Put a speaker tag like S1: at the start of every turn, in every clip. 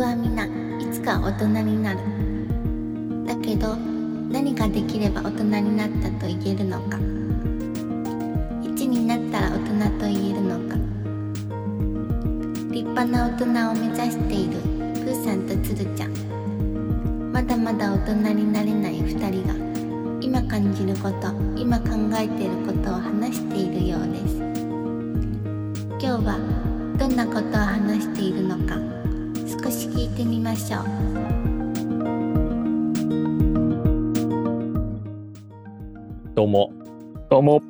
S1: はみんないつか大人になるだけど何ができれば大人になったと言えるのか1になったら大人と言えるのか立派な大人を目指しているプーさんとつるちゃんまだまだ大人になれない2人が今感じること今考えていることを話しているようです今日はどんなことを話しているのか少し聞いてみましょう
S2: どうも
S3: どうも。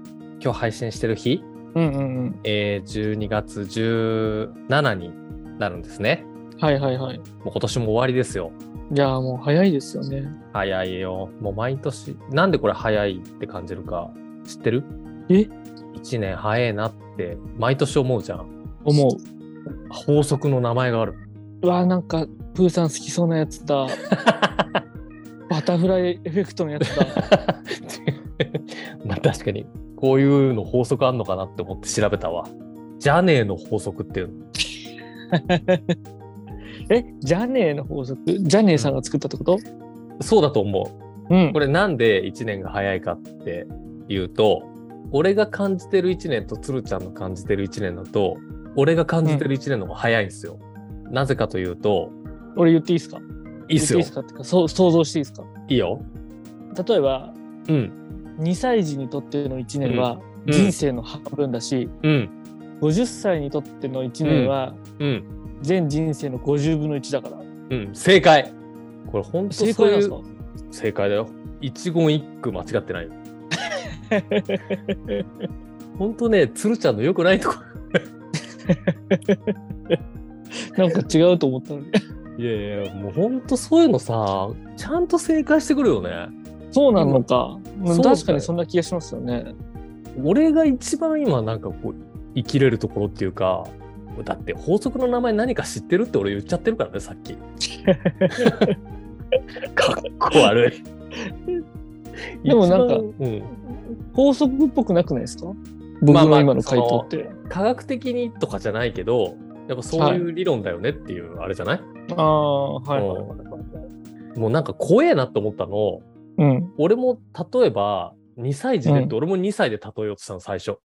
S2: 今日配信してる日、
S3: うんうん
S2: えー12月17になるんですね
S3: うん。はいはいはい。
S2: もう今年も終わりですよ
S3: いやーもう早いですよね。
S2: 早いよもう毎年なんでこれ早いって感じるか知ってる
S3: え
S2: ?1 年早いなって毎年思うじゃん
S3: 思う。
S2: 法則の名前があ る
S3: うわーなんか、プーさん好きそうなや つだ。バタフライエフェクトのやつだ。
S2: まあ確かにこういうの法則あんのかなって思って調べたわじゃねえの法則っていうの
S3: え、ジャネーの法則ジャネーさんが作ったってこと
S2: そうだと思う
S3: うん
S2: こ。れなんで1年が早いかっていうと俺が感じてる1年とつるちゃんの感じてる1年だと俺が感じてる1年の方が早いんですよ。なぜかというと
S3: 俺言っていいですか
S2: いいっすよ。
S3: 言っていいですかってかそう、想像していいですか
S2: いいよ。
S3: 例えば、
S2: うん。
S3: 2歳児にとっての1年は
S2: うん
S3: 人生の半分だし、
S2: うん。
S3: 50歳にとっての1年は
S2: うん。
S3: 全人生の50分の1だから。
S2: うん。正解。これ本当
S3: 正
S2: そう
S3: 解なん
S2: い
S3: です
S2: う
S3: か
S2: 正解だよ。一言一句間違って ないよ。本当ね、つるちゃんの良くないとこ
S3: なんか違うと思ったのに。
S2: ろ。いやいや、もう本当そういうのさ、ちゃんと正解してくるよね。
S3: そうなのか。
S2: そうだよ
S3: 確かにそんな気がしますよね。
S2: 俺が一番今なんかこう生きれるところっていうかだって法則の名前何か知ってるって俺言っちゃってるからねさっ きかっこ悪い
S3: でもなんか
S2: 一番うん
S3: 法則っぽくなくないですか僕
S2: まあま
S3: の
S2: あ
S3: 今の回答って。
S2: 科学的にとかじゃないけどやっぱそういう理論だよねっていうあれじゃない、
S3: ああ、はいはい。
S2: うんもうなんか怖えなと思ったの
S3: うん。
S2: 俺も例えば2歳児でって俺も2歳で例えようとしたの最初、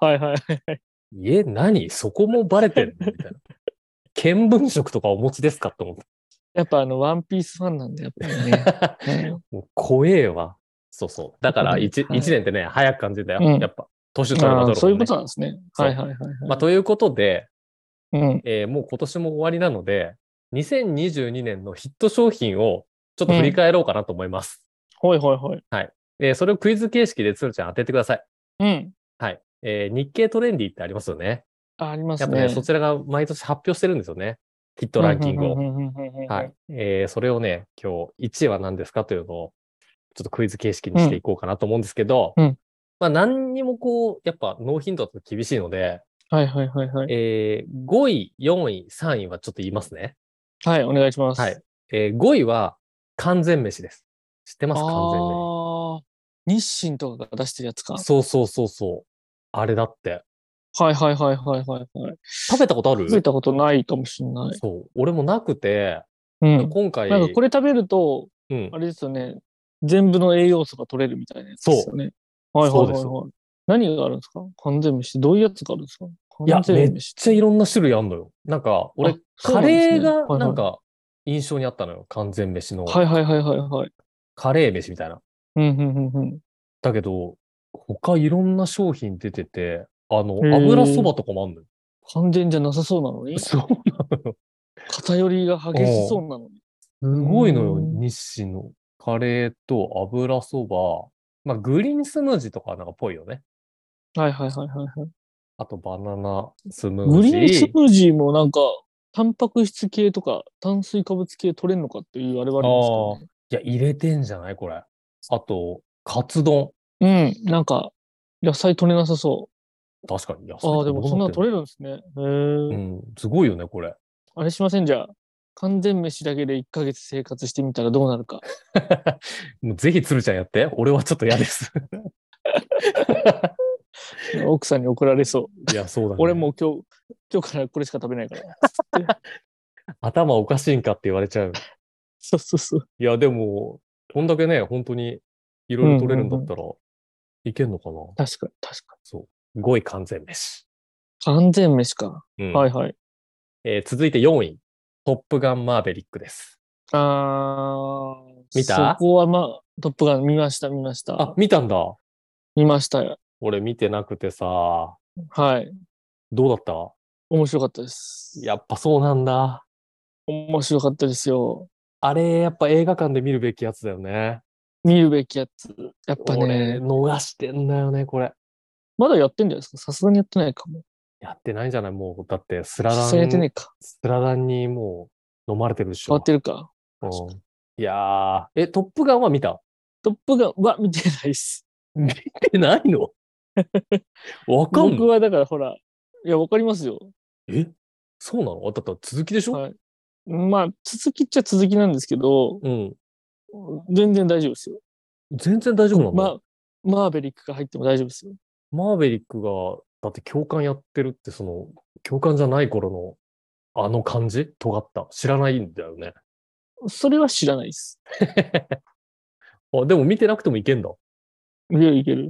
S3: はいはい。
S2: え、何そこもバレてんのみたい な。見聞色とかお持ちですかと思って。
S3: やっぱあの、ワンピースファンなんで、やっぱりね ね。
S2: もう怖えわ。そうそう。だから
S3: はい
S2: 1, 一年ってね、早く感じたよ。
S3: うん
S2: やっぱ、年取れば
S3: あ
S2: 取
S3: ー
S2: る
S3: そういうこと
S2: ね
S3: なんですね。
S2: そう
S3: はいはいはいはい。
S2: まあ、ということで、
S3: うん。
S2: えーもう今年も終わりなので、2022年のヒット商品をちょっと振り返ろうかなと思います。
S3: ほいほいほい。
S2: えーそれをクイズ形式でつるちゃん当ててください。
S3: うん。
S2: はい。えー日経トレンディってありますよね。
S3: ああります
S2: やっぱ
S3: ね。
S2: ね、そちらが毎年発表してるんですよね。ヒットランキングを
S3: うん。うんうんうんうん
S2: はい。。えーそれをね、今日、1位は何ですかというのを、ちょっとクイズ形式にしていこうかなと思うんですけど、
S3: うんうん
S2: まあ、何にもこう、やっぱノーヒントだと厳しいので、
S3: はいはいはいはい。
S2: えー5位、4位、3位はちょっと言いますね。
S3: はい、お願いします。
S2: はい。。えー5位は完全飯です。知ってます完全飯。
S3: ああ、日清とかが出してるやつか。
S2: そうそうそうそう。あれだって。
S3: はいはいはいはいはいはい。
S2: 食べたことある
S3: 食べたことないかもしれない。
S2: そう。俺もなくて、
S3: うん。
S2: 今回、
S3: なんかこれ食べると、
S2: うん
S3: あれですよね、全部の栄養素が取れるみたいなやつですよね。はいはい
S2: そうで
S3: はい
S2: す
S3: はい。何があるんですか完全飯。どういうやつがあるんですか完
S2: いや、め
S3: 全
S2: っ
S3: 飯。
S2: ちゃいろんな種類あんのよ。なんか、俺
S3: あ、そ
S2: カ
S3: うなんです
S2: レ
S3: ね
S2: ーが
S3: はい
S2: な
S3: は
S2: ん
S3: い
S2: か印象にあったのよ。完全飯の
S3: はいはいはいはいはい。
S2: カレー飯みたいな。
S3: うんうんうんうん。
S2: だけど、他いろんな商品出てて、あの、
S3: ー
S2: 油そばとかもあんのよ。
S3: 完全じゃなさそうなのに、
S2: そうなのよ。
S3: 偏りが激しそうなのに。
S2: すごいのよ、
S3: うん
S2: 日清の。カレーと油そば。まあ、グリーンスムージーとかなんかっぽいよね。
S3: はいはいはいはいはい。
S2: あと、バナナスム
S3: グ
S2: ー
S3: リ
S2: ジ
S3: ーンス
S2: ー。
S3: ムージーもなんか、タンパク質系とか炭水化物系取れんのかっていうあれはあります
S2: いや、入れてんじゃないこれ。あと、カツ丼。
S3: けどね。うん。なんか、野菜取れなさそ
S2: 確かに野菜
S3: う。ああ、でもそんなの
S2: とかどう
S3: 取れるんですね。へ
S2: な
S3: え。
S2: ってんのうん、すごいよね、これ。
S3: あれしませんじゃあ完全飯だけで1ヶ月生活してみたらどうなるか。
S2: もうぜひ鶴ちゃんやって。俺はちょっと嫌 です。
S3: 奥さんに怒られそう。
S2: いや、そうだね。
S3: 俺もう今日、今日からこれしか食べないから。
S2: 頭おかしいんかって言われちゃう。
S3: そうそうそう。
S2: いや、でも、こんだけね、本当にいろいろ取れるんだったら、いけんのかな、
S3: 確かに、確か
S2: そう。5位完全飯。
S3: に。完全飯か。
S2: うん
S3: はいはい。
S2: えー続いて4位。トップガンマーベリックです。
S3: あー
S2: 見た
S3: そこはまあ、トップガン見ました、見まし
S2: あ
S3: た、。
S2: 見たんだ。
S3: 見ましたよ。
S2: 俺見てなくてさ、
S3: はい。
S2: どうだった
S3: 面白かったです。
S2: やっぱそうなんだ。
S3: 面白かったですよ。
S2: あれ、やっぱ映画館で見るべきやつだよね。
S3: 見るべきやつ。やっぱ
S2: 俺、
S3: ね、
S2: 逃してんだよね、これ。
S3: まだやってんじゃないですかさすがにやってないかも。
S2: やってないんじゃないもう、だって、スラ
S3: さ
S2: ダ
S3: すがにやってね
S2: ン
S3: え、か。
S2: スラダンにもう飲まれてるでし
S3: 変
S2: ょ。
S3: わってるか。
S2: うんいやー、え、トップガンは見た
S3: トップガンは見てないっす。
S2: 見てないの わかん
S3: 僕
S2: ない。
S3: はだからほら、いや、わかりますよ。
S2: えそうなのあだったら続きでしょ、
S3: はい。まあ、続きっちゃ続きなんですけど、
S2: うん。
S3: 全然大丈夫ですよ。
S2: 全然大丈夫なの、
S3: まあ、マーベリックが入っても大丈夫ですよ。
S2: マーベリックが、だって教官やってるって、その、教官じゃない頃の、あの感じ尖った。知らないんだよね。
S3: それは知らないです。
S2: あ、でも見てなくてもいけんだ。
S3: いけるいける。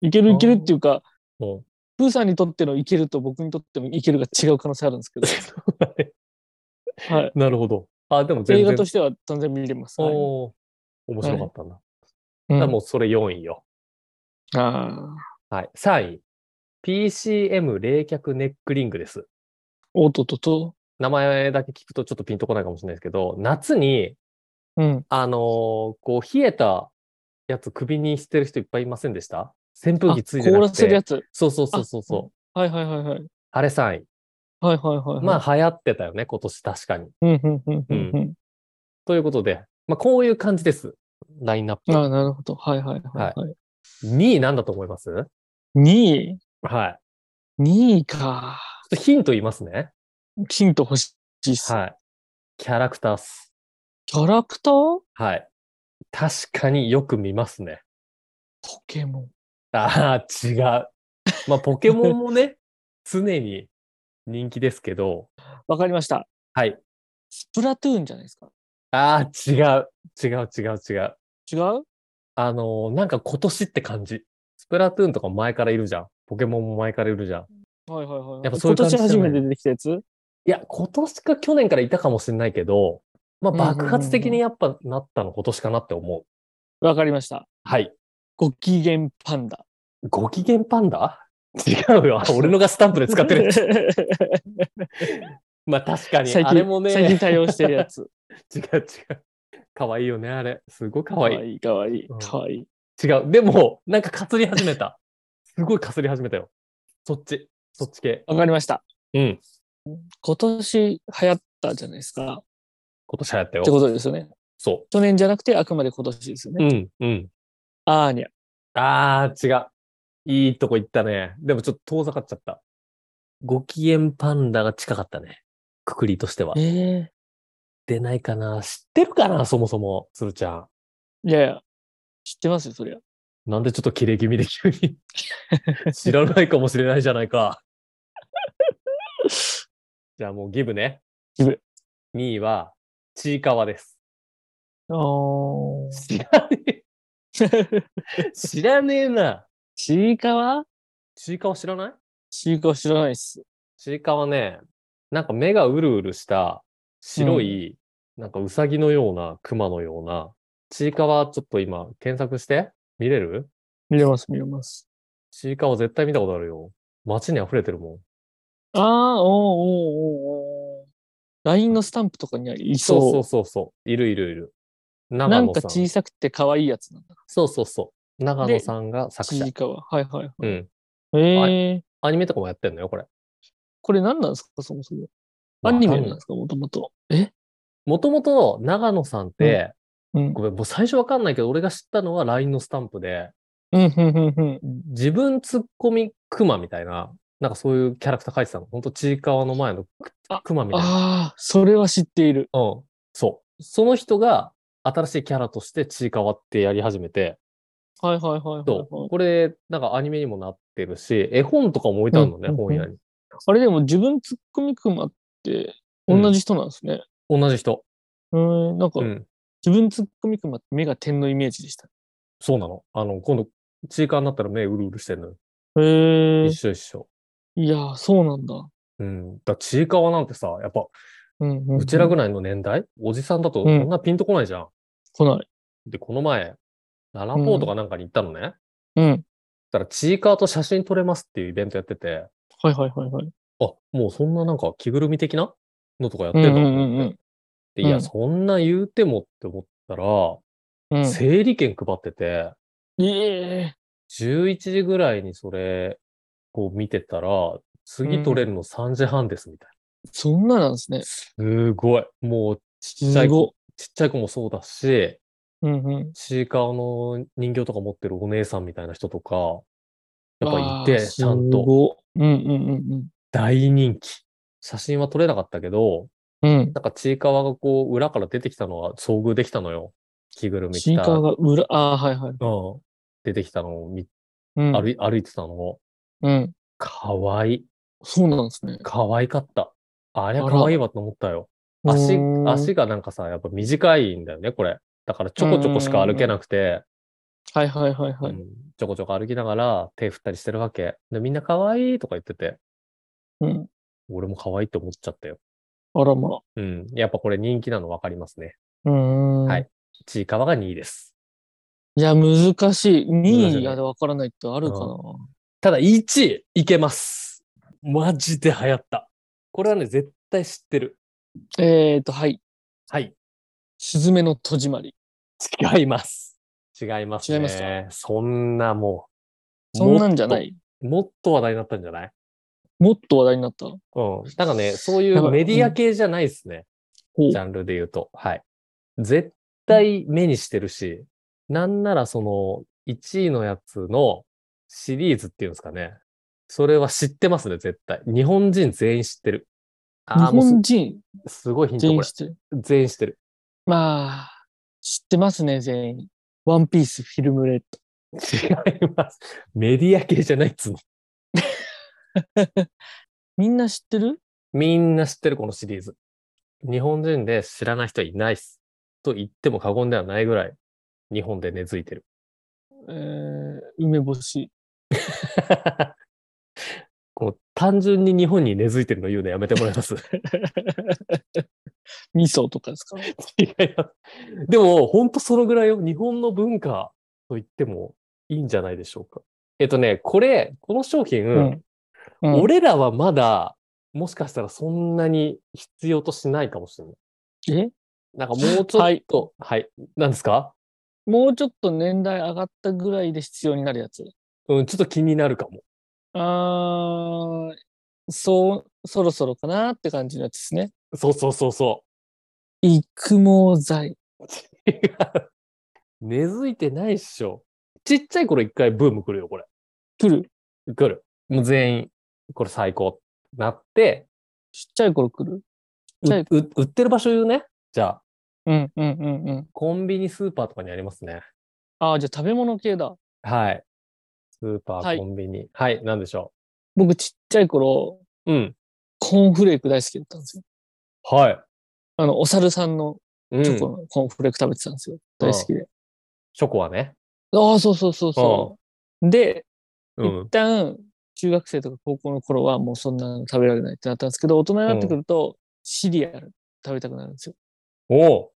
S3: いけるいけるっていうか、
S2: うん。
S3: プーさんにとってのいけると僕にとってもいけるが違う可能性あるんです けど、はい、
S2: なるほど。あ、でも全
S3: 映
S2: 然。
S3: 画としては全然見れます。はい
S2: おー面白かったな。
S3: う
S2: だ
S3: ん
S2: からもうそれ4位よ。
S3: ああ、
S2: はい。3位。PCM 冷却ネックリングです。
S3: おっとっとっと。
S2: 名前だけ聞くとちょっとピンとこないかもしれないですけど、夏に、
S3: うん。
S2: あのーこう、冷えたやつ首にしてる人いっぱいいませんでした扇風機ついて
S3: あ凍
S2: な
S3: ら
S2: く
S3: せるや
S2: て。
S3: つ。
S2: そうそうそうそうそう。
S3: はいはいはいはい。
S2: あれ3位。
S3: はいはいはい、はい。
S2: まあ流行ってたよね、今年確かに。
S3: うんうんうんうんうん。
S2: ということで、まあこういう感じです。ラインナップ。
S3: ああ、なるほど。はいはいはい、はい。
S2: 2位なんだと思いますはい。
S3: 2位
S2: ちょ
S3: ?2 位か。
S2: っとヒント言いますね。
S3: ヒント欲しいっす。
S2: はい。キャラクターっす。
S3: キャラクターポ
S2: はい。確かによく見ますね。
S3: ケモン。
S2: ああ、違う。まあポケモンもね、 常に人気ですけど、
S3: わかりました。
S2: はい。
S3: スプラトゥーンじゃないですか。
S2: ああ、違う。違う違う違う。
S3: 違う
S2: あのーなんか今年って感じ。スプラトゥーンとかも前からいるじゃん。ポケモンも前からいるじゃん。
S3: はいはいはい。
S2: やっぱそういう感じじゃ
S3: 今年
S2: な
S3: 初
S2: い
S3: めて出てきたやつ
S2: いや、今年か去年からいたかもしれないけど、まあ、
S3: うんうんうんうん
S2: 爆発的にやっぱなったの今年かなって思う。
S3: わかりました。
S2: はい。
S3: ご機嫌パンダ。
S2: ご機嫌パンダ違う よ。俺のがスタンプで使ってる。まあ確かに、
S3: 最近
S2: あれも
S3: 最近
S2: ね、
S3: 対応してるやつ。
S2: 違う違う。可愛いよね、あれ。すごい 可愛い。
S3: いい。かわいい
S2: うん。
S3: かわいい。
S2: 違う。でも、なんかかすり始めた。すごいかすり始めたよ。そっち。そっち系。
S3: わかりました。
S2: うん。
S3: 今年流行ったじゃないですか。っ
S2: 今年流行った
S3: て
S2: よ。
S3: ことですよね。
S2: そ
S3: 去年じゃなくてあくまで今年ですよ
S2: う。う
S3: ね。
S2: ん、うん。
S3: アーニャ。
S2: あー、違う。いいとこ行ったね。でもちょっと遠ざかっちゃった。ご機嫌パンダが近かったね。くくりとしては。
S3: え
S2: 出ないかな知ってるかなそもそも、つるちゃん。
S3: えいやいや、知ってますよ、そりゃ。
S2: なんでちょっとキレ気味で急に知らないかもしれないじゃないか。じゃあもうギブね。
S3: ギブ。
S2: 2位は、ちいかわです。
S3: あー。
S2: 知らねえ。知らねえな。
S3: ちいかわ
S2: ちいかわ知らない
S3: ちいかわ知らないっす。
S2: ちいかわね、なんか目がうるうるした白い、なんかうさぎのような、熊のような。ちいかわちょっと今検索して見れる
S3: 見れます、見れます。
S2: ちいかわ絶対見たことあるよ。街に溢れてるもん。
S3: あー、おーおーおーおー。LINE のスタンプとかにはいそう。
S2: そうそうそうそう。いるいるいる。長
S3: な
S2: 野さん。
S3: んか小さくて可愛いやつなんだ。
S2: そうそうそう。長野さんが作
S3: ち
S2: 者
S3: い。かわ。はいはいはい。
S2: うん。
S3: え
S2: は
S3: えー。
S2: アニメとかもやってんのよ、これ。
S3: これ何なんですか、そもそも。アニメなんですか、もともと。え
S2: もともと長野さんって、
S3: うん。
S2: ごめん、もう最初わかんないけど、俺が知ったのは LINE のスタンプで、
S3: うん、うん、うん、うん。
S2: 自分ツッコミクマみたいな、なんかそういうキャラクター書いてたの。ほんと、ちいかわの前のく
S3: あ
S2: クマみたいな。
S3: ああ、それは知っている。
S2: うん。そう。その人が新しいキャラとしてちいかわってやり始めて、
S3: はいはいはいはい、
S2: そう。
S3: はい。
S2: これ、なんかアニメにもなってるし、絵本とかも置いてあるのね、
S3: うんうんうん
S2: 本屋に。
S3: あれでも自分ツッコミクマって、
S2: うん
S3: 同じ人なんですね。
S2: 同じ人。
S3: うん、なんか、
S2: うん。
S3: 自分ツッコミくまって目が点のイメージでした。
S2: そうなの。あの、今度、チーカーになったら目うるうるしてるのよ。
S3: へえ
S2: 一。緒一緒。
S3: いやー、そうなんだ。
S2: うん。だからちいかわなんてさ、やっぱ、
S3: うんうん、
S2: うちらぐ
S3: らい。
S2: らいの年代、おじさんだと
S3: う
S2: そ
S3: ん
S2: んなピンとこないじゃん。
S3: 来ない。
S2: で、この前、ララポートかなんかに行ったのね。
S3: うん。
S2: だから、チーカーと写真撮れますっていうイベントやってて、
S3: はいはいはいはい。
S2: あ、もうそんななんか着ぐるみ的なのとかやってんだと思って。
S3: うんうんうんうん
S2: で、いうや、
S3: ん
S2: そんな言うてもって思ったら、
S3: うん。
S2: 整理券配ってて、
S3: ええ
S2: 11時ぐらいにそれ、こう見てたら、次撮れるの3時半ですみたい
S3: そんななんですね。
S2: な。すごい。もう、ちっ
S3: す
S2: ちゃい
S3: ご
S2: 子、ちっちゃい子もそうだし、
S3: うんうん。
S2: ちいかわの人形とか持ってるお姉さんみたいな人とか、やっぱいて、
S3: わー
S2: ちゃん
S3: す
S2: と。
S3: ごうんうんうん
S2: 大人気。写真は撮れなかったけど、
S3: うん。うん。
S2: なんかちいかわがこう、裏から出てきたのは遭遇できたのよ。着ぐるみ着
S3: シー
S2: た。
S3: カーが裏、ああ、はいはい。
S2: うん。出てきたのを見、
S3: うん。
S2: 歩い歩いてたのを。
S3: うん。
S2: かわいい。
S3: そうなんですね。
S2: かわいかった。あれ
S3: あら
S2: かわいいわと思ったよ。足
S3: うー、ん
S2: 足がなんかさ、やっぱ短いんだよね、これ。だからちょこちょこしか歩けなくて、
S3: はいはいはいは
S2: う
S3: い。
S2: んちょこちょこ歩きながら手振ったりしてるわけ。で、みんなかわいいとか言ってて、
S3: うん。
S2: 俺もかわいいって思っちゃったよ。
S3: あらまあ。
S2: うん。やっぱこれ人気なの分かりますね。
S3: うーん。
S2: はい。ちいかわが2位です。
S3: いや、難しい。
S2: 難しい
S3: 2
S2: ね
S3: 位がわからないってあるかな。
S2: ただ1位、いけます。マジで流行った。これはね、絶対知ってる。
S3: えーと、はい。
S2: はい。
S3: すずめの戸締まり。
S2: 違います。違いますね。
S3: 違いますか
S2: そんなもう。
S3: そんなんじゃない。
S2: もっと。もっと話題になったんじゃない
S3: もっと話題になった。
S2: うん。だからね、そうい
S3: や
S2: う
S3: ばい
S2: メディア系じゃないですね。
S3: ほう
S2: ジャンルで言うと。はい。絶対目にしてるし、なんならその1位のやつのシリーズっていうんですかね。それは知ってますね、絶対。日本人全員知ってる。
S3: 日
S2: ああ、もう
S3: 本人
S2: すすごいヒント
S3: 全
S2: こ
S3: 員
S2: れ
S3: 知。ってる。
S2: 全員知ってる。
S3: まあ、知ってますね、全員。ワンピース、フィルムレッド。
S2: 違います。メディア系じゃないっつうの。
S3: みんな知ってる
S2: みんな知ってる、このシリーズ。日本人で知らない人はいないっす。と言っても過言ではないぐらい、日本で根付いてる。
S3: えー、梅干し。
S2: この単純に日本に根付いてるの言うのやめてもらいます
S3: 味噌とかですか
S2: 違います。でも、ほんとそのぐらいよ。日本の文化と言ってもいいんじゃないでしょうか。えっとね、これ、この商品、
S3: うんうん
S2: 俺らはまだ、もしかしたらそんなに必要としないかもしれない。
S3: え
S2: なんかもうちょっと、はい、なんですか
S3: もうちょっと年代上がったぐらいで必要になるやつ。
S2: うん、ちょっと気になるかも。
S3: あー、そう、そろそろかなって感じのやつですね。
S2: そうそうそうそ
S3: 育毛剤。
S2: う。違 う根付いてないっしょ。ちっちゃい頃一回ブーム来るよ、これ。
S3: 来る
S2: 来る。もう全員、これ最高なって、
S3: ちっちゃい頃来る
S2: う
S3: ちっちゃいう
S2: 売ってる場所言うね。じゃあ、
S3: うんうんうんうん。
S2: コンビニ、スーパーとかにありますね。
S3: ああ、じゃあ食べ物系だ。
S2: はい。スーパ
S3: は
S2: ー、
S3: い
S2: コンビニ。はい、なんでしょ
S3: 僕ちっちゃい頃、
S2: う。うん。
S3: コーンフレーク大好きだったんですよ。
S2: はい。
S3: あの、お猿さんの
S2: うん、チ
S3: チョコ
S2: ョ
S3: のコーンフレーク食べてたんですよ。大好きで。
S2: コはね。
S3: ああ、そうそうそうそう。で、
S2: う
S3: 一
S2: ん。
S3: 旦、中学生とか高校の頃はもうそんなの食べられないってなったんですけど、大人になってくると、シリアル食べたくなるんですよ。
S2: おう。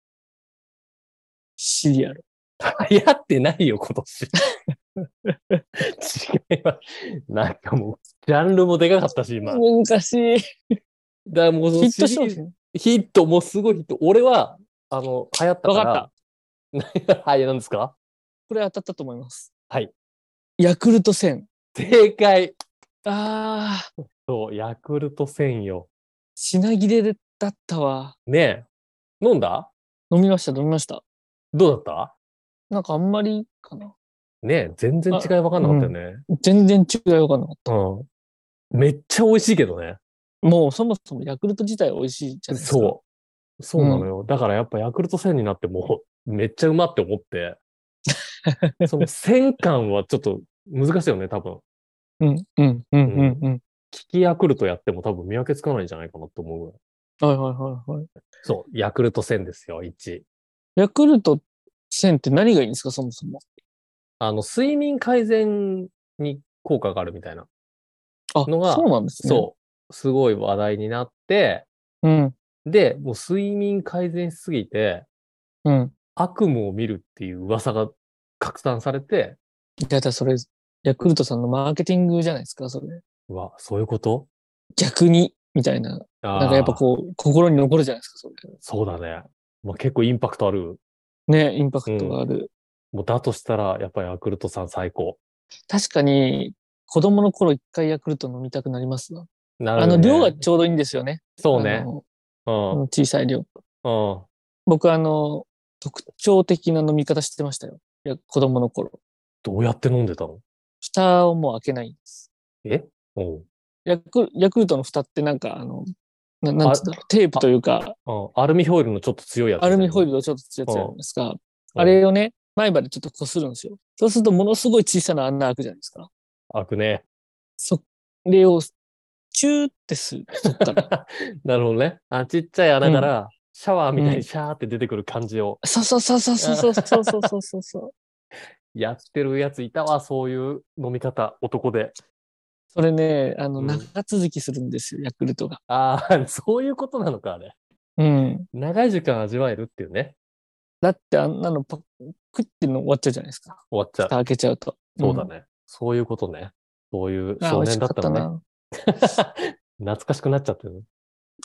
S3: シリアル。
S2: 流行ってないよ、今年。 違います。なんかもう、ジャンルもでかかったし、 今。だか
S3: 難しい。ヒ
S2: らもうその
S3: ット
S2: シ
S3: 商
S2: リーズ
S3: 品。
S2: ヒット、もうすごいヒット。俺は、あの、流行ったから。
S3: わか
S2: った。 はい、なんですか
S3: これ当たったと思います。
S2: はい。
S3: ヤクルト1000。
S2: 正解。
S3: ああ、
S2: そう、ヤクルト専用。
S3: 品切れだったわ。
S2: ねえ。飲んだ
S3: 飲みました、飲みました。
S2: どうだった
S3: なんかあんまりかな。
S2: ねえ、全然違い分かんなかったよね。
S3: 全然違いわかんなかっ
S2: うん。めっちゃ美味しいけどね。
S3: た。もうそもそもヤクルト自体美味しいじゃないですか。
S2: そう。そうなのよ。だからやっぱヤクルト1000になってもう、めっちゃうまって思 って。その1000感はちょっと難しいよね、多分。
S3: う。うん、うん、うん、うん、うん。
S2: 聞きヤクルトやっても多分見分けつかないんじゃないかなと思うぐらい。
S3: はいはいはい。
S2: そう、ヤクルト1000ですよ、1。
S3: ヤクルト1000って何がいいんですか、そもそも。
S2: あの、睡眠改善に効果があるみたいな。
S3: あ、
S2: のが
S3: そうなんですね。
S2: そう、すごい話題になって、
S3: う。うん。
S2: で、もう睡眠改善しすぎて、
S3: うん。
S2: 悪夢を見るっていう噂が拡散されて、
S3: だいたいそれ、ヤクルトさんのマーケティングじゃないですか、それ。
S2: うわ、そういうこと
S3: 逆に、みたいな。
S2: な
S3: なんかやっぱこう、心に残るじゃないですか、それ。
S2: そうだね。まあ、結構インパクトある。
S3: ね、インパクトがある。
S2: もうだとしたら、やっぱりヤクルトさん最高。
S3: 確かに、子供の頃一回ヤクルト飲みたくなりますな。
S2: なる
S3: あ
S2: よね
S3: の、量がちょうどいいんですよね。
S2: そうね
S3: あ。の
S2: うん。うん。
S3: 小さい量。
S2: あ
S3: 僕、あの、特徴的な飲み方してましたよ。いや子供の頃。
S2: どうやって飲んでたの
S3: 蓋をもう開けないんです。
S2: えおう
S3: ヤクヤクルトの蓋ってなんかあの、ななんつうんだろう、テープというか、
S2: あアルミホイルのちょっと強いやつ。
S3: アルミホイル
S2: うん。
S3: をちょっとつやつやるんですが、あれをね、前歯でちょっとこするんですよ。そうするとものすごい小さな穴開くじゃないですか。
S2: 開くね。
S3: それを、チューってする。そっから。
S2: なるほどね。あ、ちっちゃい穴から、シャワーみたいにシャーって出てくる感じを、
S3: そうそうそうそうそうそうそうそうそうそう。
S2: やってるやついたわ、そういう飲み方、男で。
S3: それね、あの、
S2: うん
S3: 長続きするんですよ、ヤクルトが。
S2: ああ、そういうことなのか、あれ。
S3: うん。
S2: 長い時間味わえるっていうね。
S3: だってあんなのパクっての終わっちゃうじゃないですか。
S2: 終わっちゃう
S3: 蓋。開けちゃうと。
S2: そうだ
S3: ん。
S2: ね、そういうことね。そういう
S3: あ
S2: 少
S3: 美味
S2: 年
S3: し
S2: だ
S3: か
S2: っ
S3: っ
S2: た
S3: た
S2: のね。
S3: な。
S2: 懐かしくなっちゃってる。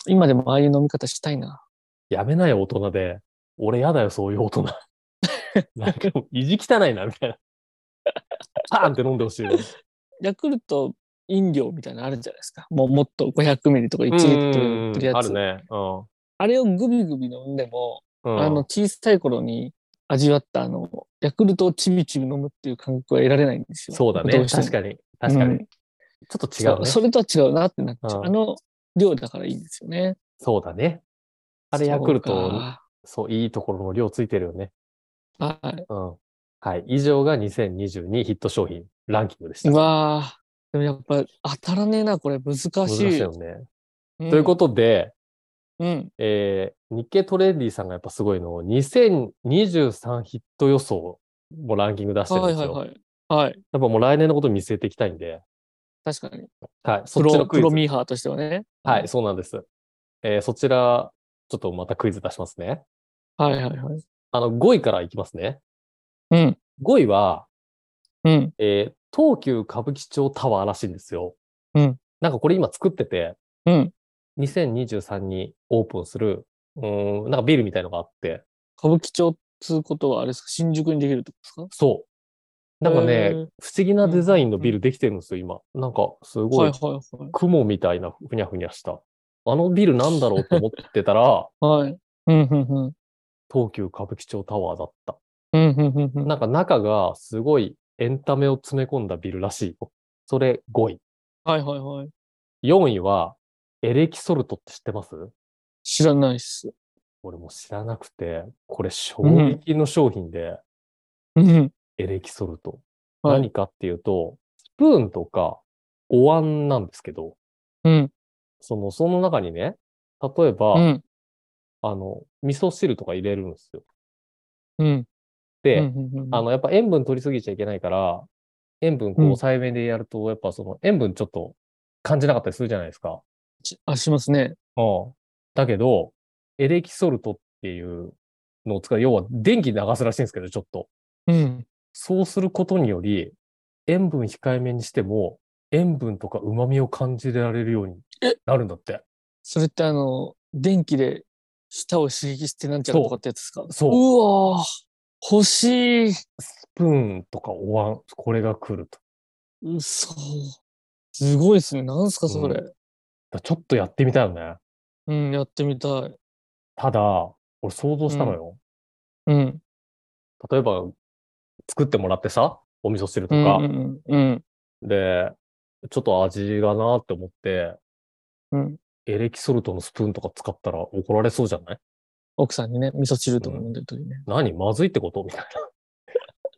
S3: 今でもああいう飲み方したいな。
S2: やめない大人で、俺やだよ、そういう 大人。なんかもう意地汚いな、みたいな。パーンって飲んでほしいよ。
S3: ヤクルト飲料みたいなのあるじゃないですか。もうもっと500ミリとか1
S2: う
S3: リ
S2: ん
S3: ットル売ってるやつ。
S2: あるね。うん。
S3: あれをグビグビ飲んでも、
S2: うん、
S3: あの小さい頃に味わったあの、ヤクルトをちびちび飲むっていう感覚は得られないんですよ。
S2: そうだ
S3: ど
S2: ね。
S3: うしても
S2: 確かに。確かに。
S3: うん
S2: ちょっと違うね。そ
S3: そ
S2: う
S3: それとは違うなってなっちゃう。
S2: うん
S3: あの量だからいいですよね。
S2: だね。あれ、ヤクル
S3: そう
S2: ト、
S3: か
S2: そう、いいところの量ついてるよね。
S3: はい。
S2: うん。はい。以上が2022ヒット商品ランキングでした。
S3: うわあでもやっぱ当たらねえな、これ難しい。
S2: 難しいよね。
S3: うん
S2: ということで、
S3: うん。
S2: えー日経トレンディさんがやっぱすごいのを2023ヒット予想もランキング出してるん
S3: は
S2: で
S3: い
S2: すよ。
S3: はいはい。
S2: や
S3: はい。
S2: っぱもう来年のこと見据えていきたいんで、
S3: 確かに。
S2: はい、そ
S3: プ
S2: っち
S3: ロ
S2: のク
S3: プ
S2: イズ
S3: ロ。ミーハーとしてはね。
S2: はい、そうなんです。えーそちら、ちょっとまたクイズ出しますね。
S3: はいはいはい。
S2: あの、5位からいきますね。
S3: うん。
S2: 5位は、
S3: うん。
S2: えー東急歌舞伎町タワーらしいんですよ。
S3: うん
S2: なんかこれ今作ってて、
S3: うん。
S2: 2023にオープンする、うーん、なんかビルみたいのがあって、
S3: 歌舞伎町っつうことはあれですか、新宿にできるってことです
S2: そう。なんか
S3: へ
S2: ね
S3: ー、
S2: 不思議なデザインのビルできてるんですよ、今。なんか、す
S3: かは
S2: ご
S3: い
S2: い、
S3: はい
S2: 雲みたいなふにゃふにゃした。あのビルなんだろうと思ってた ら、
S3: はい。はい。うんうんうん。
S2: 東急歌舞伎町タワーだった。
S3: うんうんうんうん。
S2: なんか中がすごいエンタメを詰め込んだビルらしいよ。それ5位。
S3: はいはいはい。
S2: 4位は、エレキソルトって知ってます
S3: 知らないっす。
S2: 俺も知らなくて、これ衝撃の商品で、
S3: うん。
S2: エレキソルト。
S3: はい
S2: 何かっていうと、スプーンとかお椀なんですけど、
S3: うん。
S2: その、その中にね、例えば、
S3: うん。
S2: あの、味噌汁とか入れるんですよ。
S3: うん。
S2: で、
S3: うんうんうん
S2: あの、やっぱ塩分取りすぎちゃいけないから、塩分こう
S3: うん
S2: 抑えめでやると、やっぱその塩分ちょっと感じなかったりするじゃないですか。
S3: しあ、しますね。
S2: うん。だけど、エレキソルトっていうのを使う、要は電気流すらしいんですけど、ちょっと。
S3: うん。
S2: そうすることにより、塩分控えめにしても、塩分とか旨味を感じられるようになるんだって。
S3: それってあの、電気で舌を刺激してなんちゃらとかってやつですか
S2: そう
S3: うわー欲しい。
S2: スプーンとかお椀、これが来ると。
S3: うそすごいですね。なんすか、それ。
S2: だちょっとやってみたいよね。
S3: うん、やってみたい。
S2: ただ、俺想像したのよ。
S3: うん。
S2: 例えば、作ってもらってさ、お味噌汁と
S3: うん
S2: か、
S3: うんうん。
S2: で、ちょっと味がなって思って、
S3: うん。うん。
S2: エレキソルトのスプーンとか使ったら怒られそうじゃない
S3: 奥さんにね、味噌汁とか飲んでる時ね。
S2: 何まずいってことみたいな。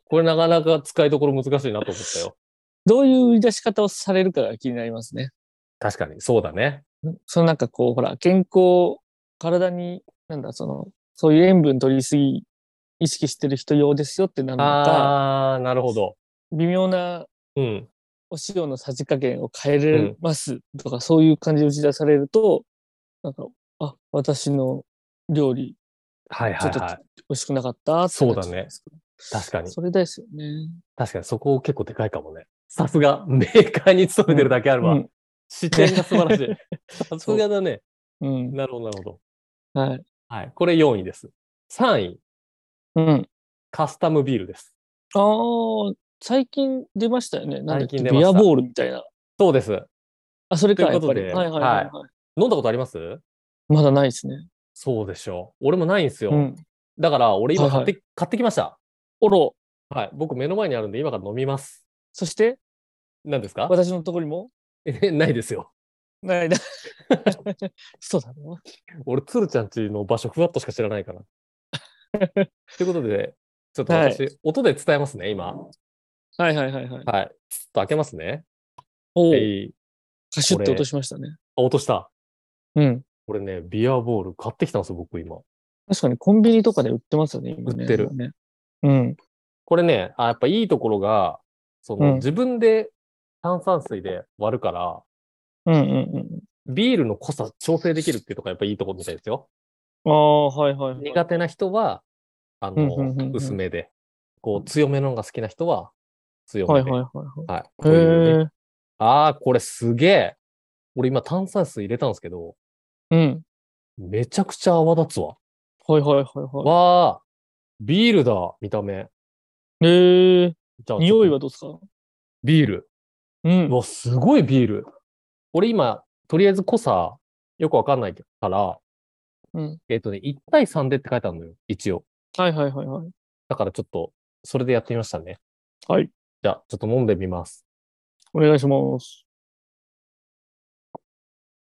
S2: これなかなか使いどころ難しいなと思ったよ。
S3: どういう売り出し方をされるかが気になりますね。
S2: 確かに、そうだね。
S3: そのなんかこう、ほら、健康体に、なんだ、その、そういう塩分取りすぎ、意識してる人用ですよってなるのか、
S2: ああ、なるほど。
S3: 微妙な
S2: うん。
S3: お塩のさじ加減を変えれますとか、そういう感じで打ち出されると、なんか、あ、私の料理
S2: はいはい
S3: ちょっ
S2: はい。
S3: 美味しくなかったってなっちゃ
S2: そうだね
S3: んですけど。
S2: 確かに。
S3: それですよね。
S2: 確かにそこ結構でかいかもね。さすが、メーカーに勤めてるだけあるわ。
S3: うん
S2: 視点が素晴ら しい。さすがだね。
S3: うん。
S2: なるほど、なるほど。
S3: はい。
S2: はい。これ4位です。3位、
S3: うん。
S2: カスタムビールです。
S3: ああ、最近出ましたよね。なんだっ
S2: 最
S3: け
S2: 近出まし
S3: ビ
S2: た
S3: アボールみたいな。
S2: そうです。
S3: あ、それか、
S2: とい
S3: や
S2: う
S3: っ
S2: こと
S3: ぱり。
S2: で
S3: はいはいはい、はい
S2: 飲んだことあります
S3: まだないですね。
S2: そうでしょう。俺もないんですよ。
S3: うん。
S2: だから、俺今
S3: はいは
S2: 買っ
S3: い
S2: て、買ってきました。
S3: おろ。
S2: はい。僕目の前にあるんで、今から飲みます。
S3: そして、
S2: 何ですか
S3: 私のところにも
S2: えないですよ。
S3: ないな。 そうだな。
S2: 俺、鶴ちゃんちの場所、ふわっとしか知らない から。ということで、ちょっと私、音で伝えますね、今。
S3: はいはいはいはい。
S2: はい。ちょっと開けますね。
S3: おお、
S2: えい
S3: カシュッ
S2: これ
S3: と落としましたね。
S2: あ、落とした。
S3: うん。
S2: これね、ビアボール買ってきたんですよ、僕今。
S3: 確かにコンビニとかで売ってますよね、今ね。
S2: 売ってる
S3: 今ね。うん。
S2: これね、あやっぱいいところが、その、
S3: うん
S2: 自分で炭酸水で割るから、
S3: うんうん
S2: ビールの濃さ調整できるっていうとこがやっぱいいところみたいですよ。
S3: うん。ああ、はいはい、はい。
S2: 苦手な人は、あの、
S3: うんうんうんうん
S2: 薄めで。こう、強めのが好きな人は、強
S3: は
S2: め
S3: い
S2: で。
S3: はい
S2: はい
S3: はいはい。
S2: こういうね
S3: へえ。
S2: ああ、これすげえ。俺今炭酸水入れたんですけど、
S3: うん。
S2: めちゃくちゃ泡立つわ。
S3: はいはいはいは
S2: わあ、ビールだ、見た目。
S3: い。へえ。
S2: じゃあ
S3: 匂いは
S2: ちょっと
S3: どうですか
S2: ビール。
S3: うん
S2: う。わ、すごいビール。俺今、とりあえず濃さ、よくわかんないから、
S3: うん。
S2: えっ、とね、1対3でって書いてあるのよ、一応。
S3: はいはいはいはい。
S2: だからちょっと、それでやってみましたね。
S3: はい。
S2: じゃあ、ちょっと飲んでみます。
S3: お願いします。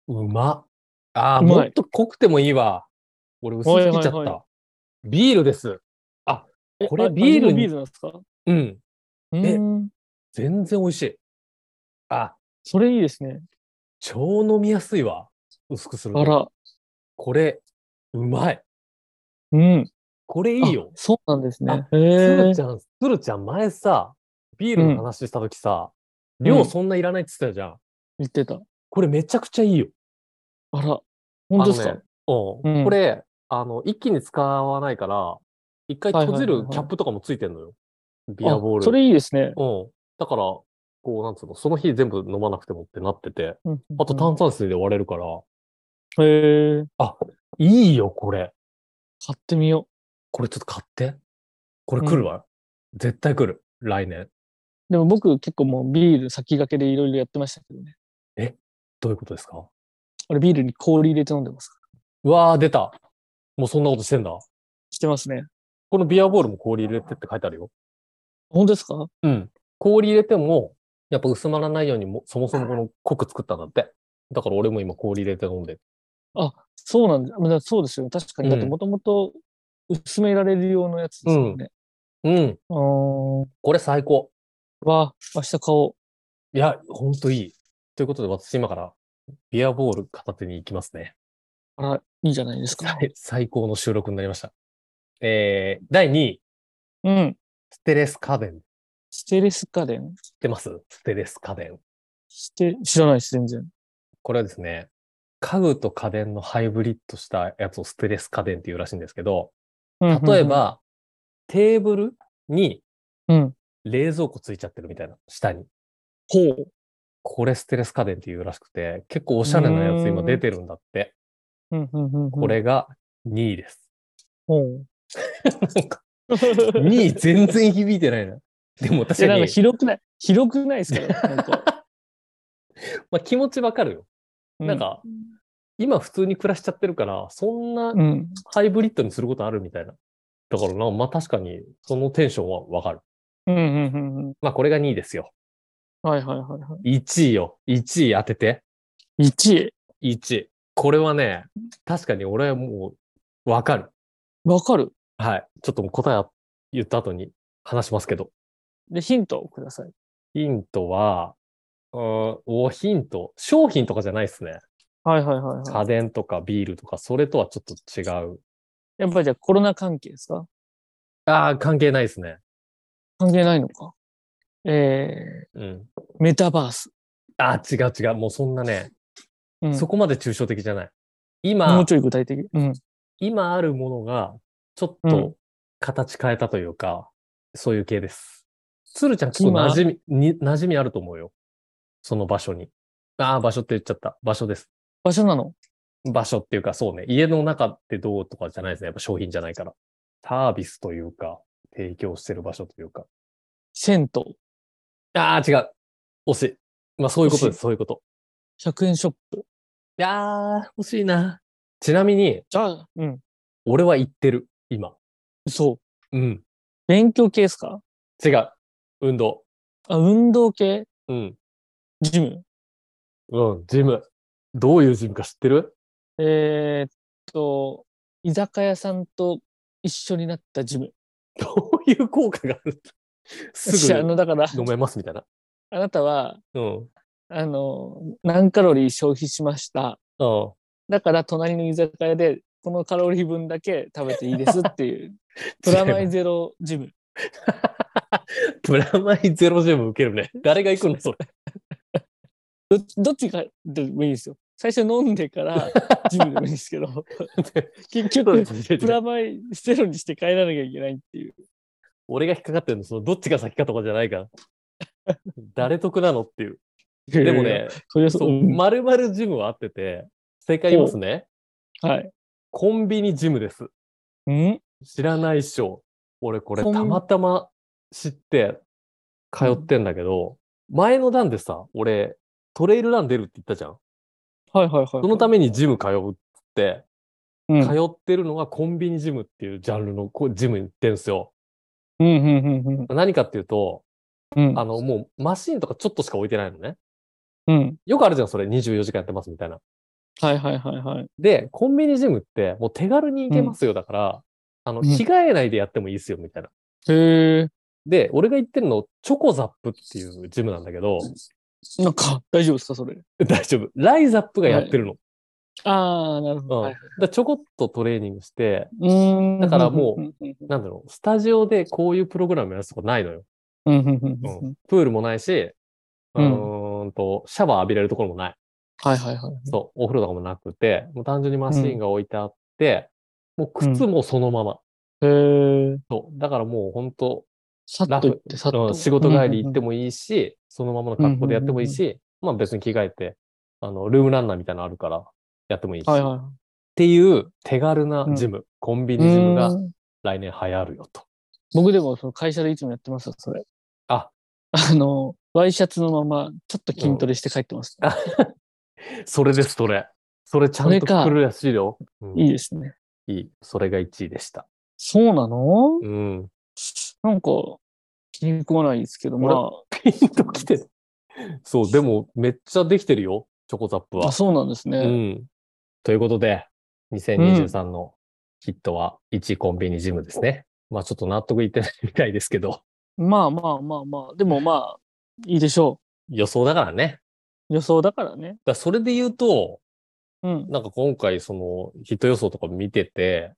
S2: うまっ。ああ、
S3: うまい
S2: もっと濃くてもいいわ。俺、薄すぎちゃった。
S3: はいはいは
S2: ビールです。
S3: え
S2: これ
S3: あ
S2: ビールに
S3: 味もビールなんですか
S2: うん。
S3: うーん。
S2: 全然美味しい。あ、
S3: それいいですね。
S2: 超飲みやすいわ。薄くすると
S3: あら。
S2: これ、うまい。
S3: うん。
S2: これい
S3: い
S2: いよ。
S3: そうなんですね。
S2: つ
S3: へえ
S2: るち。ゃん、つるちゃん前さ、ビールの話したときさ、量そんないらないって言ってたじゃん。
S3: 言ってた。
S2: これめちゃくちゃいいよ。
S3: あら。本当です
S2: あ
S3: か
S2: のねうん
S3: うん
S2: これ、あの、一気に使わないから、一回閉じ
S3: はい
S2: る
S3: はいはいはい
S2: キャップとかもついてんのよ。ビアボール。
S3: あそれいいですね。
S2: うん。だから、こう、なんつうの、その日全部飲まなくてもってなってて、
S3: うんうんうん
S2: あと炭酸水で割れるから、
S3: へえ。
S2: いいよ、これ。
S3: 買ってみよ
S2: これちょっと買って。これ来るわ。絶対来る。来年。
S3: う。でも僕結構もうビール先駆けでいろいろやってましたけどね。
S2: どういうことですか
S3: 俺ビールに氷入れて飲んでますから。
S2: うわー、出た。もうそんなことしてんだ。
S3: してますね。
S2: このビアボールも氷入れてって書いてあるよ。
S3: 本当ですか
S2: うん。氷入れても、やっぱ薄まらないようにも、そもそもこの濃く作ったんだって。だから俺も今氷入れて飲んでる。
S3: そうなんだ。まあだからそうですよね。確かに。だっ
S2: う
S3: て
S2: ん
S3: もともと薄められる用のやつですよね。
S2: うん。
S3: うーん。
S2: これ最高。
S3: わ、明日買おう。
S2: いや、ほんといい。ということで私今からビアボール片手に行きますね。
S3: あら、いいじゃないですか。
S2: 最 最高の収録になりました。えー、第2位、
S3: うん。
S2: ステレス家電。
S3: ステレス家電
S2: 知ってますステレス家電。
S3: して、知らないです、全然。
S2: これはですね、家具と家電のハイブリッドしたやつをステレス家電っていうらしいんですけど、例え、ば、テーブルに
S3: うん。
S2: 冷蔵庫ついちゃってるみたいな、下に。
S3: ほう。
S2: これステレス家電っていうらしくて、結構おしゃれなやつ今出てるんだって。
S3: うん、うん、うん。
S2: こ。れが2位 です。
S3: ほ う。
S2: なんか2位全然響いてないな。でも
S3: いや
S2: 確か
S3: なんか
S2: に、
S3: 広くない、広くないです から、なんか。
S2: まあ、気持ちわかるよ。なんか、今普通に暮らしちゃってるから、そんな
S3: うん、うん。
S2: ハイブリッドにすることあるみたいな。だからな、まあ確かにそのテンションはわかる。
S3: うん、うん、うん。うん
S2: まあこれが2位ですよ。
S3: はい、はい、はい。は
S2: 1位よ。1位当てて。
S3: い。1位。
S2: 1位。これはね、確かに俺はもうわかる。
S3: わかる。
S2: はい。ちょっともう答え言った後に話しますけど。
S3: で、ヒントをください。
S2: ヒントは、うーん、おヒント。商品とかじゃないですね。
S3: はいはいはい、は
S2: 家電とかビールとか、それとはちょっと違う。
S3: い。やっぱりじゃあコロナ関係ですか
S2: ああ、関係ないですね。
S3: 関係ないのか。え
S2: うん。
S3: ー、メタバース。
S2: ああ、違う違う。もうそんなね、
S3: うん、
S2: そこまで抽象的じゃない。
S3: も
S2: 今
S3: う、ちょい具体的。うん。
S2: 今あるものが、ちょっ
S3: うん
S2: と形変えたというか、そういう系です。つるちゃん結構
S3: 今
S2: 馴染み、に馴染みあると思うよ。その場所に。ああ、場所って言っちゃった。場所です。
S3: 場所なの
S2: 場所っていうか、そうね。家の中ってどうとかじゃないですね。やっぱ商品じゃないから。サービスというか、提供してる場所というか。
S3: 銭
S2: ああ、違う。惜しい。まあそういうことです。そういうこと。
S3: 湯。100円ショップ。
S2: いやー、惜しいな。ちなみに、
S3: じゃあ、うん。
S2: 俺は行ってる。今。
S3: そう。
S2: うん。
S3: 勉強系ですか
S2: 違う。運動。
S3: あ、運動系
S2: うん。
S3: ジム
S2: うん、ジム。どういうジムか知ってる
S3: えーっと、居酒屋さんと一緒になったジム。
S2: どういう効果があるす
S3: いやあ
S2: ぐ
S3: の、だから、
S2: 飲めますみたいな。
S3: あなたは、
S2: うん。
S3: あの、何カロリー消費しました。
S2: うん。
S3: だから、隣の居酒屋で、このカロリー分だけ食べていいですっていう、 プラマイゼロジム。
S2: プラマイゼロジム受けるね。誰が行くのそれ。
S3: どどっちかでもいいですよ。最初飲んで からジムでもいいんですけど、 結 局、プラマイゼロにして帰らなきゃいけないっていう。
S2: 俺が引っかかってるの、そのどっちが先かとかじゃないから。 誰得なのっていう。でも
S3: いやいや、
S2: ね、
S3: そりゃそう
S2: そう、
S3: うん。
S2: まるまるジムは合ってて、正解言いますね。
S3: はい。
S2: コンビニジムです。
S3: うん
S2: 知らないっしょ。俺これ
S3: コン
S2: たまたま知って通ってんだけど、前の段でさ、俺トレイルラン出るって言ったじゃん。
S3: はいはいはいは
S2: そ
S3: い。
S2: のためにジム通うっつって、
S3: うん、
S2: 通ってるのがコンビニジムっていうジャンルのこうジムに行ってんすよ。
S3: うんうんうんうん
S2: 何かっていうと、
S3: うん
S2: あのもうマシンとかちょっとしか置いてないのね。
S3: うん。
S2: よくあるじゃん、それ24時間やってますみたいな。
S3: はいはいはいはい。
S2: で、コンビニジムってもう手軽に行けますよだから、あの、
S3: うん
S2: 着替えないでやってもいいっすよみたいな。
S3: へ
S2: で、俺が行ってるの、チョコザップっていうジムなんだけど、
S3: え。なんか、大丈夫ですか、それ。
S2: 大丈夫。ライザップがやってるの。
S3: ああ、なるほど。
S2: うん。だからちょこっとトレーニングして、
S3: うーん。
S2: だからもう
S3: うんうん
S2: なんだろう、スタジオでこういうプログラムやるとこないのよ。
S3: うんうんうんうん。
S2: プールもないし、う
S3: うん
S2: ーんと、シャワー浴びれるところもない。
S3: はいはいはい。
S2: そう、お風呂とかもなくて、もう単純にマシンが置いてあって、もう靴もそのまま。
S3: へえ。
S2: そう。だからもう本当、
S3: さっと行って、さっ
S2: う
S3: と。
S2: ん仕事帰り行って
S3: も。
S2: もいいし、そのままの格好でやってもいいし、まあ別に着替えて、あの、ルームランナーみたいなのあるから、やってもいいし。
S3: はいはい。
S2: っていう手軽なジム、コンビニジム
S3: う
S2: が
S3: ーん
S2: 来年流行るよと。
S3: 僕でもその会社でいつもやってますよ、それ。
S2: あ。
S3: あの、ワイシャツのまま、ちょっと筋トレして帰ってます。
S2: それです、それ。それちゃんと
S3: それか
S2: 来るらしいよ。うん
S3: いいですね。
S2: いい。それが1位でした。
S3: そうなの
S2: うん。
S3: なんか、気に食わないですけど、ま
S2: ピンときてる。そう、でもめっちゃできてるよ、チョコザップ
S3: あ。
S2: は
S3: あ、。そうなんです
S2: う
S3: ね。
S2: ん。ということで、2023のヒットは1コンビニジムですね。まあちょっと納得いってないみたいですけど、
S3: まあまあまあまあ、でもまあ、いいでしょ
S2: 予想だからね。
S3: う。予想だからね。
S2: だからそれで言うと、
S3: うん。
S2: なんか今回そのヒット予想とか見てて、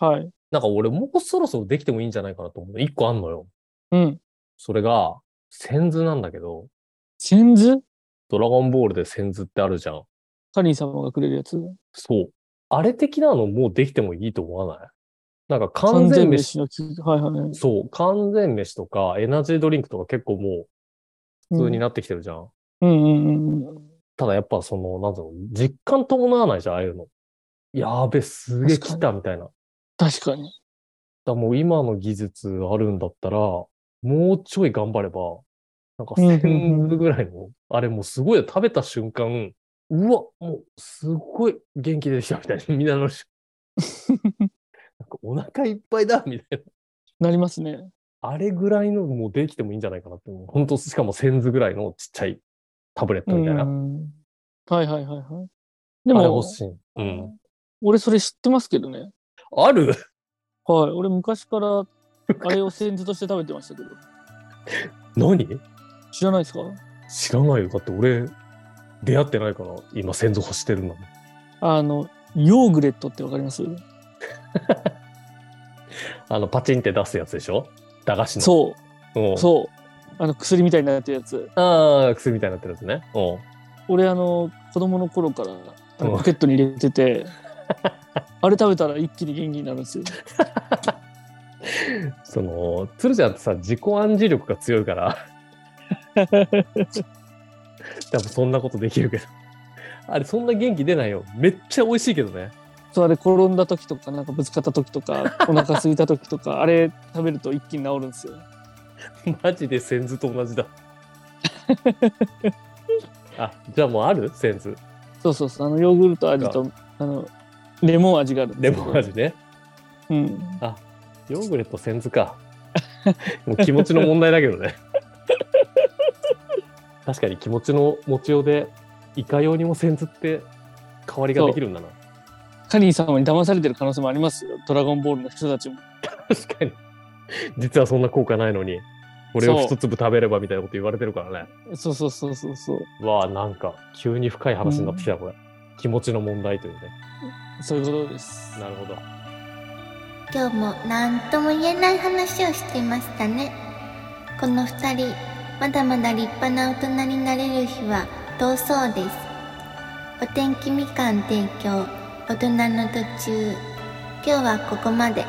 S3: はい。
S2: なんか俺もうそろそろできてもいいんじゃないかなと思う。一個あんのよ。
S3: うん。
S2: それが、先図なんだけど、
S3: 千図
S2: ドラゴンボールで先図ってあるじゃん。
S3: カリン様がくれるやつ。
S2: そう。あれ的なのもうできてもいいと思わないなんか完
S3: 完
S2: 全
S3: 全
S2: 飯、
S3: 飯の木。はいはい。
S2: そう、完全飯とかエナジードリンクとか結構もう普通に
S3: な
S2: なってきてるじゃん。
S3: うんうんうんうん。
S2: ただやっぱその、なんだろうの、実感伴わないじゃん、ああいうの。やべ、すげえ来
S3: 確
S2: たみたいな。だか
S3: 確かに。
S2: らもう今の技術あるんだったら、もうちょい頑張れば、なんか
S3: うんうん
S2: 1000ぐらいの、あれもうすごいよ食べた瞬間、うわ、もうすごい元気出てきたみたいな、み んな のし、なんかお腹いっぱいだみたいな。
S3: なりますね。
S2: あれぐらいのもうできてもいいんじゃないかなって思う。本当しかも1000ぐらいのちっちゃいタブレットみたいな。
S3: うんはいはいはいはい。で
S2: あれ
S3: も
S2: 欲、しい。うん。
S3: 俺それ知ってますけどね。
S2: ある
S3: はい。俺昔から、あれを千図として食べてましたけど。
S2: 何
S3: 知らないですか
S2: 知らないよ。だって俺、出会ってないから、今先祖欲してるのも。
S3: あの、ヨーグレットってわかります
S2: あの、パチンって出すやつでしょ駄菓子の。
S3: そ
S2: うん。
S3: う、そう。あの、薬みたいになってるやつ。
S2: ああ、薬みたいになってるやつね。うん。
S3: 俺、あの、子供の頃からあのポケットに入れ てて、あれ食べたら一気に元気になるんですよ。
S2: その、鶴ちゃんってさ、自己暗示力が強いから、 多分そんなことできるけど。あれ、そんな元気出ないよ。めっちゃ美味しいけどね。
S3: そうあれ転んだ時とかなんかぶつかった時とかお腹空いた時とかあれ食べると一気に治るんですよ
S2: マジで先ズと同じ だ。あ、じゃあもうある先ズ。
S3: そうそうそうあのヨーグルト味とあのレモン味があるん
S2: レ
S3: ですよ
S2: モン味ね。
S3: うん
S2: ヨーグレット先ズか。もう気持ちの問題だけ どね。確かに気持ちの持ちようで、いかようにも先ズって変わりができるんだな。
S3: カリー様に騙されてる可能性もありますよドラゴンボールの人たちも
S2: 確かに。実はそんな効果ないのに、これを一粒食べればみたいなこと言われてるからね。
S3: そうそうそうそうそう
S2: わあ、なんか、急に深い話になってきた、これ。気持ちの問題というね。
S3: そういうことです
S2: なるほど。
S1: 今日も何とも言えない話をしていましたねこの2人まだまだ立派な大人になれる日は遠そうですお天気みかん提供大人の途中今日はここまで